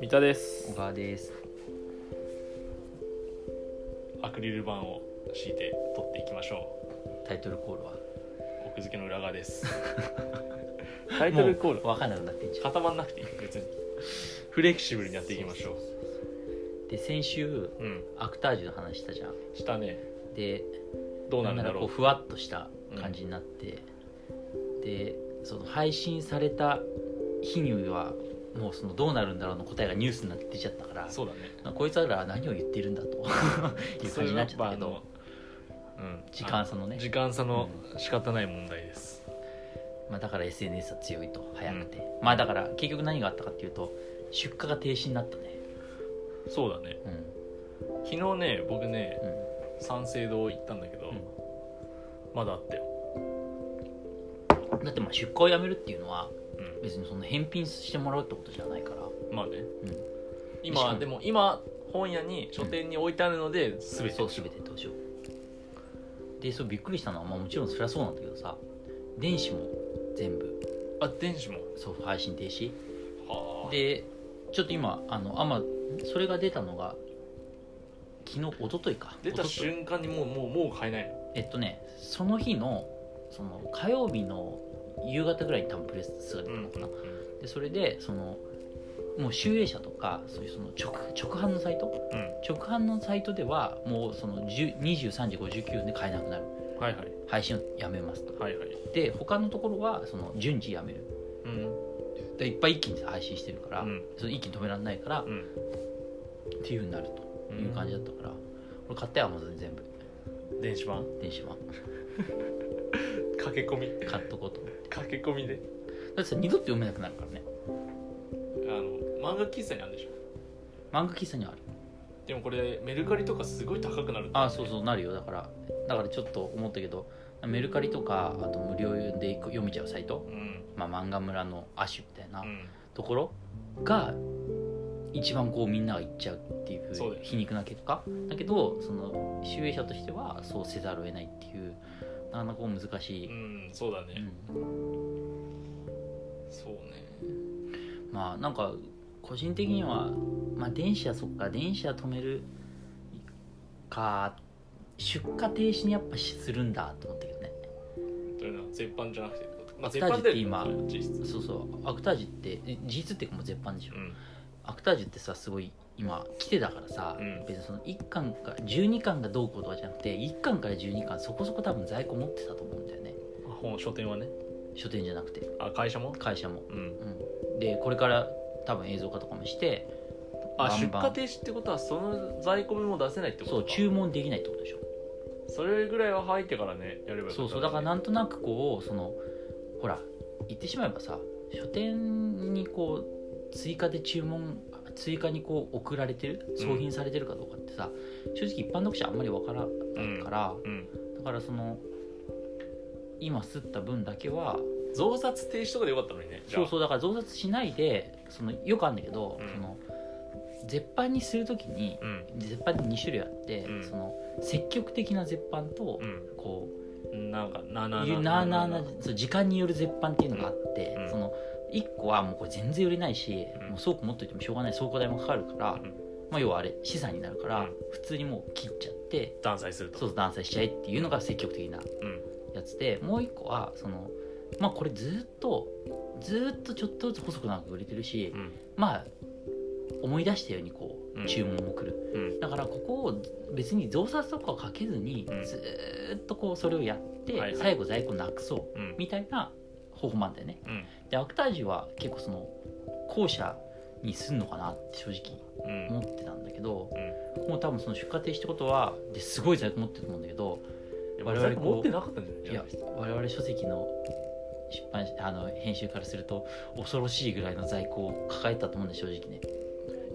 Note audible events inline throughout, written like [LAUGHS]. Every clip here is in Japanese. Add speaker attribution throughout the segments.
Speaker 1: 三田です
Speaker 2: 小川です
Speaker 1: アクリル板を敷いて撮っていきましょ
Speaker 2: タイトルコールは
Speaker 1: う奥付けの裏側です
Speaker 2: [LAUGHS]
Speaker 1: タイトルコール
Speaker 2: 分かんなくなってんじゃん
Speaker 1: 固まんなくていい別にフレキシブルにやっていきましょ
Speaker 2: で先週
Speaker 1: ううん
Speaker 2: アクタージュの話したじゃん
Speaker 1: したね
Speaker 2: で
Speaker 1: どうな
Speaker 2: なん
Speaker 1: る
Speaker 2: な
Speaker 1: だ
Speaker 2: んらこ
Speaker 1: ろ
Speaker 2: うふわっとした感じになって、でその配信された日にはもうそのどうなるんだろうの答えがニュースになって出ちゃったから
Speaker 1: うそうだね
Speaker 2: まあこいつらは何を言ってるん
Speaker 1: [LAUGHS]
Speaker 2: だという
Speaker 1: そ
Speaker 2: 感
Speaker 1: れ
Speaker 2: じに
Speaker 1: は
Speaker 2: な
Speaker 1: や
Speaker 2: っ
Speaker 1: っ
Speaker 2: ちゃっ
Speaker 1: ぱあ
Speaker 2: たけ
Speaker 1: の
Speaker 2: ど、
Speaker 1: うん、
Speaker 2: 時間差のね
Speaker 1: あ時間差の仕方ない問題です、
Speaker 2: まあ、だから SNS は強いと早くて、まあだから結局何があったかっていうと出荷が停止になったね
Speaker 1: そうだね
Speaker 2: うん
Speaker 1: 昨日ね僕ね
Speaker 2: うん
Speaker 1: 三省堂行ったんだけど、
Speaker 2: うん
Speaker 1: まだあったよ、
Speaker 2: だってまあ出荷をやめるっていうのは
Speaker 1: うん
Speaker 2: 別にその返品してもらうってことじゃないから、
Speaker 1: まあね
Speaker 2: うん、しか
Speaker 1: 今
Speaker 2: も
Speaker 1: でも今本屋に書店に置いてあるので全て
Speaker 2: そう全てどうしようでそうびっくりしたのは、まあ、もちろんそりゃそうなんだけどさ電子も全部
Speaker 1: あ電子も
Speaker 2: そう配信停止
Speaker 1: はあ
Speaker 2: でちょっと今あのあまそれが出たのが昨日一昨日か
Speaker 1: 出た
Speaker 2: 一昨日
Speaker 1: 瞬間にもうもうもう買えないの
Speaker 2: えっとねその日のその火曜日の夕方ぐらいに多分プレスが出たのかな、でそれでそのもう集英社とかそういうその直直販のサイト
Speaker 1: うん
Speaker 2: 直販のサイトではもうその10 23時59分で買えなくなる
Speaker 1: はいはい
Speaker 2: 配信をやめますと
Speaker 1: はいはい
Speaker 2: で他のところはその順次やめる
Speaker 1: うん
Speaker 2: でいっぱい一気に配信してるから、
Speaker 1: うん
Speaker 2: その一気に止められないから、
Speaker 1: う
Speaker 2: っ
Speaker 1: ん
Speaker 2: ていうふうになるという感じだったから、俺買ったよアマゾン全部
Speaker 1: 電子版
Speaker 2: 電子版
Speaker 1: 駆け込み
Speaker 2: 買っとこうと思って
Speaker 1: 駆け込みで
Speaker 2: だってさ二度って読めなくなるからね
Speaker 1: あの漫画喫茶にあるでしょ
Speaker 2: 漫画喫茶にはある
Speaker 1: でもこれメルカリとかすごい高くなるんだよね
Speaker 2: ああそうそうなるよだからだからちょっと思ったけどメルカリとかあと無料で読めちゃうサイト
Speaker 1: う、ん
Speaker 2: まあ、漫画村の亜種みたいな、
Speaker 1: うん
Speaker 2: ところが一番こうみんなが行っちゃうっていう
Speaker 1: そうだよね
Speaker 2: 皮肉な結果だけどその集英社としてはそうせざるを得ないっていうなかなかこう難しい、
Speaker 1: うんそうだね
Speaker 2: うん
Speaker 1: そうね
Speaker 2: まあなんか個人的には、まあ、電車そっか電車止めるか出荷停止にやっぱしするんだと思ったけどね
Speaker 1: というのは絶版じゃなくてまあ
Speaker 2: ス
Speaker 1: 絶
Speaker 2: タジ
Speaker 1: 版
Speaker 2: って
Speaker 1: で
Speaker 2: 今
Speaker 1: 実質
Speaker 2: そうそうアクタージュってえ事実っていうかもう絶版でしょ
Speaker 1: うん
Speaker 2: アクタージュってさすごい今来てだからさ、
Speaker 1: うん
Speaker 2: 別にその1巻から12巻がどうこうとかじゃなくて1巻から12巻そこそこ多分在庫持ってたと思うんだよね
Speaker 1: あ本書店はね
Speaker 2: 書店じゃなくて
Speaker 1: あ会社も
Speaker 2: 会社も、
Speaker 1: うん
Speaker 2: うん、でこれから多分映像化とかもして
Speaker 1: あ
Speaker 2: バ
Speaker 1: 出
Speaker 2: ンバ
Speaker 1: 荷
Speaker 2: ン
Speaker 1: 停止ってことはその在庫分も出せないってこと
Speaker 2: そう
Speaker 1: か
Speaker 2: 注文できないってことでしょ
Speaker 1: それぐらいは入ってからねやればよかったね
Speaker 2: そうそうだからなんとなくこうそのほら言ってしまえばさ書店にこう追加で注文追加にこう送られてる
Speaker 1: うん
Speaker 2: 商品されてるかどうかってさ、正直一般読者あんまりわからないから、
Speaker 1: うん
Speaker 2: だからその今吸った分だけは
Speaker 1: 増刷停止とかでよかったのにねじゃ
Speaker 2: そ
Speaker 1: あ
Speaker 2: うそうだから増刷しないでそのよくあるんだけど、
Speaker 1: うん
Speaker 2: その絶版にするときに
Speaker 1: うん
Speaker 2: 絶版って2種類あって、
Speaker 1: うん
Speaker 2: その積極的な絶版と、こ
Speaker 1: うんなんかなあ
Speaker 2: う
Speaker 1: なあ
Speaker 2: いうなあなあなそう時間による絶版っていうのがあって、
Speaker 1: うん
Speaker 2: その1個はもうこれ全然売れないし、
Speaker 1: うん
Speaker 2: もう倉庫持っといてもしょうがない倉庫代もかかるから、
Speaker 1: うん
Speaker 2: まあ、要はあれ資産になるから、
Speaker 1: うん
Speaker 2: 普通にもう切っちゃって
Speaker 1: 断裁すると
Speaker 2: そう断裁しちゃえっていうのが積極的な
Speaker 1: うん
Speaker 2: やつでもう一個はそのまあこれずっとずっとちょっとずつ細くなく売れてるし、
Speaker 1: うん
Speaker 2: まあ思い出したようにこ
Speaker 1: うん
Speaker 2: う注文も来る、
Speaker 1: うん
Speaker 2: だからここを別に増刷とかかけずに
Speaker 1: うん
Speaker 2: ずーっとこうそれをやって、
Speaker 1: はいはい
Speaker 2: 最後在庫なくそう
Speaker 1: うん
Speaker 2: みたいな方法もあんだよね
Speaker 1: うん
Speaker 2: でアクタージュは結構その後者にすんのかなって正直
Speaker 1: うん
Speaker 2: 思ってたんだけど、もう多分その出荷停止ってことはですごい在庫持ってると思うんだけど
Speaker 1: うん
Speaker 2: 我々こう
Speaker 1: 在庫持ってなかったんじゃない
Speaker 2: いや我々書籍の出版しあの編集からすると恐ろしいぐらいの在庫を抱えたと思うんで正直ね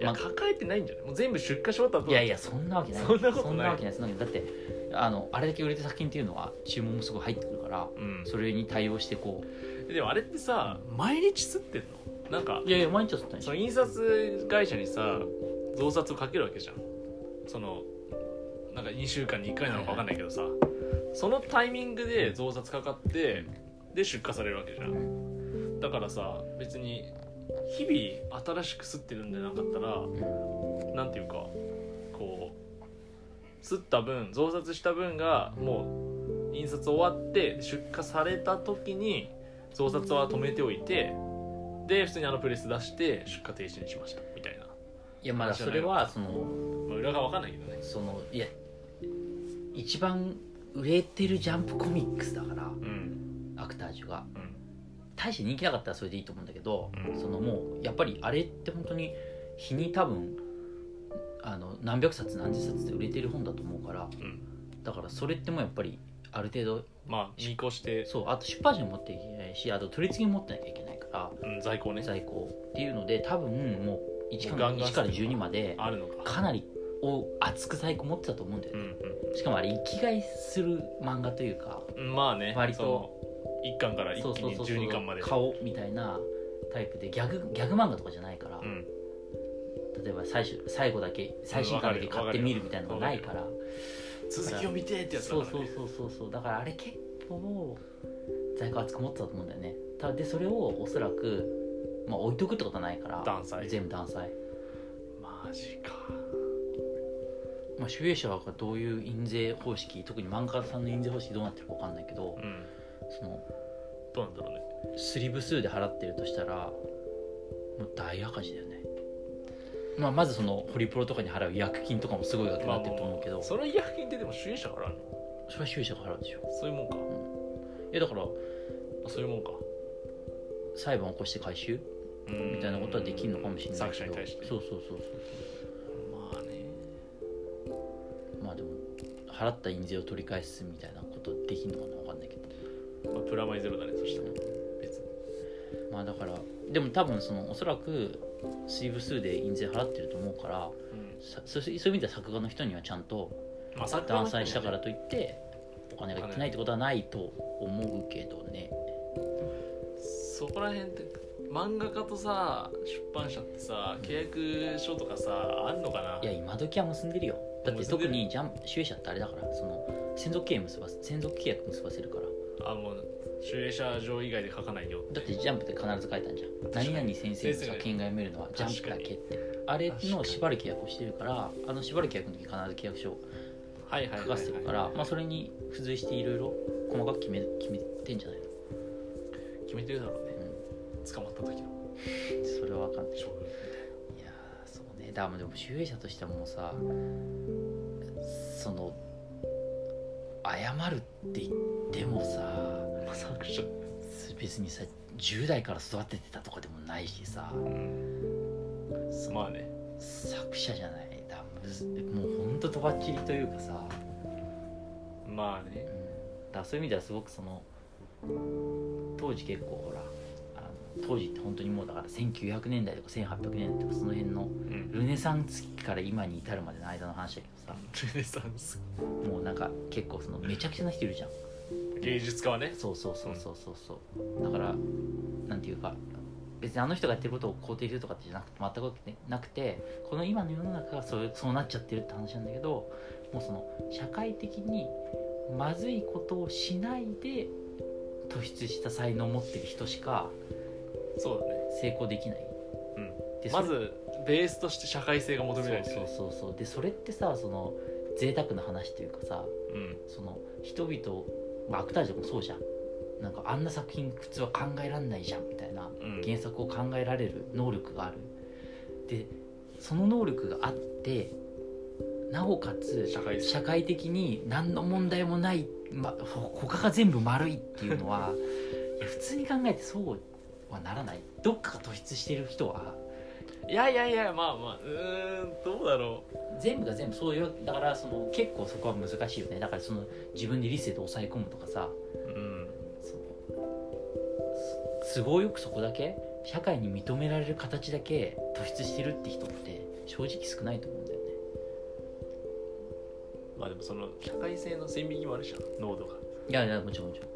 Speaker 1: いや
Speaker 2: ま
Speaker 1: 抱えてないんじゃないもう全部出荷し終わった後
Speaker 2: いやいやそんなわけない
Speaker 1: そんなことない
Speaker 2: わけないそんなわけないだってあのあれだけ売れた作品っていうのは注文もすごい入ってくるから
Speaker 1: うん
Speaker 2: それに対応してこ
Speaker 1: でもあれってさ毎日吸ってんのなんか
Speaker 2: ういやいや毎日はそったんでし
Speaker 1: そ
Speaker 2: ょ
Speaker 1: の印刷会社にさ増刷をかけるわけじゃんそのなんか2週間に1回なのか分かんないけどさそのタイミングで増刷かかってで出荷されるわけじゃ
Speaker 2: うんん
Speaker 1: だからさ別に日々新しく吸ってるんじゃなかったらなんていうかこう吸った分増刷した分がもう印刷終わって出荷された時に増刷は止めておいてで普通にあのプレス出して出荷停止にしましたみたいな、
Speaker 2: いやまだそれはその
Speaker 1: まあ、裏側わかんないけどね
Speaker 2: そのいや一番売れてるジャンプコミックスだから
Speaker 1: うん
Speaker 2: アクタージュが
Speaker 1: うん
Speaker 2: 大して人気なかったらそれでいいと思うんだけど、
Speaker 1: うん
Speaker 2: そのもうやっぱりあれって本当に日に多分あの何百冊何十冊って売れてる本だと思うから
Speaker 1: うん
Speaker 2: だからそれってもうやっぱりある程度
Speaker 1: まあ見越して、
Speaker 2: そうあと出版社も持っていけないしあと取り次ぎも持ってなきゃいけないから
Speaker 1: うん、在庫ね
Speaker 2: 在庫っていうので多分もう1か
Speaker 1: ガ
Speaker 2: ら
Speaker 1: ンガン
Speaker 2: ,1 から12まで
Speaker 1: あるのか
Speaker 2: かなりを厚く在庫持ってたと思うんだよ
Speaker 1: う
Speaker 2: ね、
Speaker 1: ん
Speaker 2: しかもあれ生きがいする漫画というか
Speaker 1: うんまあね
Speaker 2: 割と
Speaker 1: 1巻から一
Speaker 2: そう
Speaker 1: 気
Speaker 2: そう
Speaker 1: に
Speaker 2: そうそう
Speaker 1: 12巻まで
Speaker 2: 顔みたいなタイプでギャグギャグ漫画とかじゃないから、
Speaker 1: うん
Speaker 2: 例えば最終最後だけ最新巻だけ買ってみるみたいなのがないから
Speaker 1: 続きを見てってやつだ
Speaker 2: そ
Speaker 1: か
Speaker 2: う
Speaker 1: ら、ね、
Speaker 2: そうそうそうそうだからあれ結構在庫厚く持ってたと思うんだよねただでそれをおそらく、まあ、置いとくってことはないから
Speaker 1: 断裁
Speaker 2: 全部断裁
Speaker 1: マジか
Speaker 2: まあ集英社がどういう印税方式特に漫画家さんの印税方式どうなってるか分かんないけど
Speaker 1: うん
Speaker 2: その
Speaker 1: どうなんだろうね
Speaker 2: スリ部数で払ってるとしたらもう大赤字だよねまあまずそのホリプロとかに払う違約金とかもすごい額になってると思うけど、
Speaker 1: それは医薬品ってでも主演者からあるの
Speaker 2: それは収益者が払うでしょ
Speaker 1: そういうもんか
Speaker 2: えだから
Speaker 1: あそういうもんか
Speaker 2: 裁判起こして回収み
Speaker 1: み
Speaker 2: たいなことはできるのかもしれない
Speaker 1: 作
Speaker 2: け
Speaker 1: 者
Speaker 2: ど
Speaker 1: に対して
Speaker 2: そうそうそう
Speaker 1: まあね
Speaker 2: そうまあでも払った印税を取り返すみたいなことできるのかな分かんないけど
Speaker 1: まあプラマイゼロだねそしたら別に
Speaker 2: まあだからでも多分そのおそらくスリ部数で印税払ってると思うから
Speaker 1: うん
Speaker 2: さそそういう意味では作画の人にはちゃんと
Speaker 1: まあ作家の
Speaker 2: 断
Speaker 1: 人には
Speaker 2: 裁したからといってお金がいってないってことはないと思うけどね
Speaker 1: そこら辺って漫画家とさ出版社ってさ契約書とかさあんのかない
Speaker 2: や今時は結んでるよだって
Speaker 1: 結んでる
Speaker 2: 特にジャン主営者ってあれだからその専属契約結ばせ専属契約結ばせるから
Speaker 1: あもう主演者上以外で書かないよ
Speaker 2: だってジャンプって必ず書いたんじゃ
Speaker 1: 確
Speaker 2: ん
Speaker 1: かに
Speaker 2: 何々先生の作品が読めるのはジャンプだけってあれの縛る契約をしてるからあの縛る契約の時必ず契約書を
Speaker 1: はいはい
Speaker 2: 書
Speaker 1: はい
Speaker 2: か
Speaker 1: はい
Speaker 2: せてるからまあそれに付随していろいろ細かく決め決めてんじゃないの
Speaker 1: 決めてるだろうね
Speaker 2: う
Speaker 1: 捕まった時の
Speaker 2: んそれは分かんない
Speaker 1: 処分み
Speaker 2: いやーそうねだからもうでも集英社としてはもうさその謝るって言ってもさ
Speaker 1: たいなまあ作者
Speaker 2: 別にさ10代から育ててたとかでもないしさ
Speaker 1: うん
Speaker 2: その
Speaker 1: まあね
Speaker 2: 作者じゃないだむずもうほんととばっちりというかさ、
Speaker 1: まあ
Speaker 2: うん
Speaker 1: ね、
Speaker 2: だからそういう意味ではすごくその当時結構ほらあの当時って本当にもうだから1900年代とか1800年代とかその辺の
Speaker 1: うん
Speaker 2: ルネサンス期から今に至るまでの間の話だけどさ
Speaker 1: ルネサンス
Speaker 2: もうなんか結構そのめちゃくちゃな人いるじゃん
Speaker 1: 芸術家はね
Speaker 2: そうそうそうそうそうそうだからなんていうか別にあの人がやってることを肯定するとかってじゃなくて全くねなくてこの今の世の中がそうそうなっちゃってるって話なんだけどもうその社会的にまずいことをしないで突出した才能を持ってる人しか
Speaker 1: そうだね
Speaker 2: 成功できない、
Speaker 1: うん
Speaker 2: でそ
Speaker 1: まずベースとして社会性が求められてる
Speaker 2: そうそうそうそうでそれってさその贅沢な話というかさ
Speaker 1: うん
Speaker 2: その人々、まあ、アクタージュもそうじゃんなんかあんな作品普通は考えられないじゃんみたいな
Speaker 1: うん
Speaker 2: 原作を考えられる能力があるでその能力があってなおかつ
Speaker 1: 社会性
Speaker 2: 社会的に何の問題もない、ま、ほ他が全部丸いっていうのは [LAUGHS] いや普通に考えてそうはならないどっかが突出してる人はい
Speaker 1: やいやいやまあまあうーんどうだろ
Speaker 2: 全部が全部そういうだからその結構そこは難しいよねだからその自分で理性で抑え込むとかさ
Speaker 1: ううん
Speaker 2: そのす都合よくそこだけ社会に認められる形だけ突出してるって人って正直少ないと思うんだよね
Speaker 1: まあでもその社会性の線引きもあるじゃん濃度が
Speaker 2: いやいやもちろんもちろ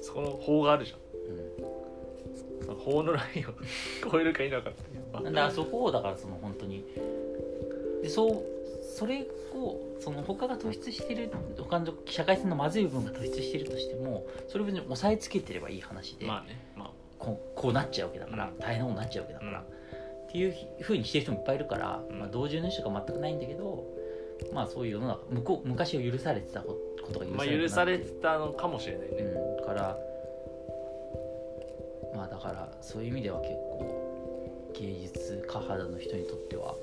Speaker 1: そこの法があるじゃ
Speaker 2: ん、うん、
Speaker 1: その法のラインを [LAUGHS] 超えるか否かっていうんの
Speaker 2: だ
Speaker 1: は
Speaker 2: からそこをだからその本当にでそうそれをその他が突出してる他の社会性のまずい部分が突出してるとしてもそれを別に押さえつけてればいい話で、
Speaker 1: まあねまあ
Speaker 2: こうこうなっちゃうわけだから、
Speaker 1: うん
Speaker 2: 大変なことになっちゃうわけだから、
Speaker 1: うん
Speaker 2: っていうふうにしてる人もいっぱいいるから、
Speaker 1: うん
Speaker 2: まあ、同情の人が全くないんだけどまあそういう世の中向こう昔は許されてたことが許
Speaker 1: ま
Speaker 2: さ
Speaker 1: あ
Speaker 2: れて
Speaker 1: 許されてたのかもしれないね、
Speaker 2: うん、からまあだからそういう意味では結構芸術家肌の人にとっては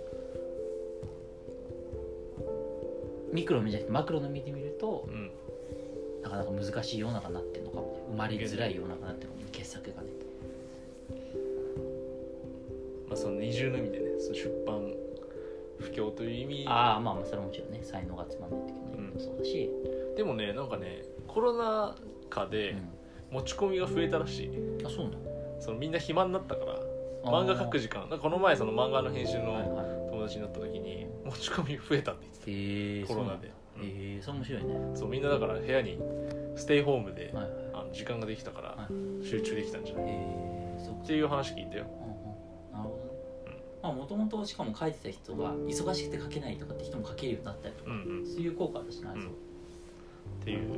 Speaker 2: ミクロの目じゃなくてマクロの目で見ると
Speaker 1: うん、
Speaker 2: なかなか難しい世の中になってるのかもね生まれづらい世の中になってるのかもね傑作がね
Speaker 1: まあその二重の意味でねその出版不況という意味
Speaker 2: ああまあまあそれはもちろんね才能がつまんない時ね、
Speaker 1: うん
Speaker 2: そうだし、
Speaker 1: でもねなんかねコロナ禍で持ち込みが増えたらしい
Speaker 2: うん、あそうな
Speaker 1: そのみんな暇になったから
Speaker 2: の
Speaker 1: 漫画描く時間なんかこの前その漫画の編集
Speaker 2: はい
Speaker 1: の
Speaker 2: はい
Speaker 1: 友達になった時に持ち込み増えたって言って
Speaker 2: えー、
Speaker 1: コロナで
Speaker 2: そうなんだえー、それ面白いね
Speaker 1: たそうみんなだから部屋にステイホームで、
Speaker 2: はいはい
Speaker 1: あの時間ができたから
Speaker 2: は
Speaker 1: 集中できたんじゃない、
Speaker 2: えー、そうか
Speaker 1: っていう話聞いたよ
Speaker 2: うんうんなるほどねまあもともとしかも書いてた人が忙しくて書けないとかって人も書けるようになったりと
Speaker 1: う
Speaker 2: か、
Speaker 1: んうん
Speaker 2: そういう効果だしな、
Speaker 1: うん
Speaker 2: そう
Speaker 1: っていう
Speaker 2: ね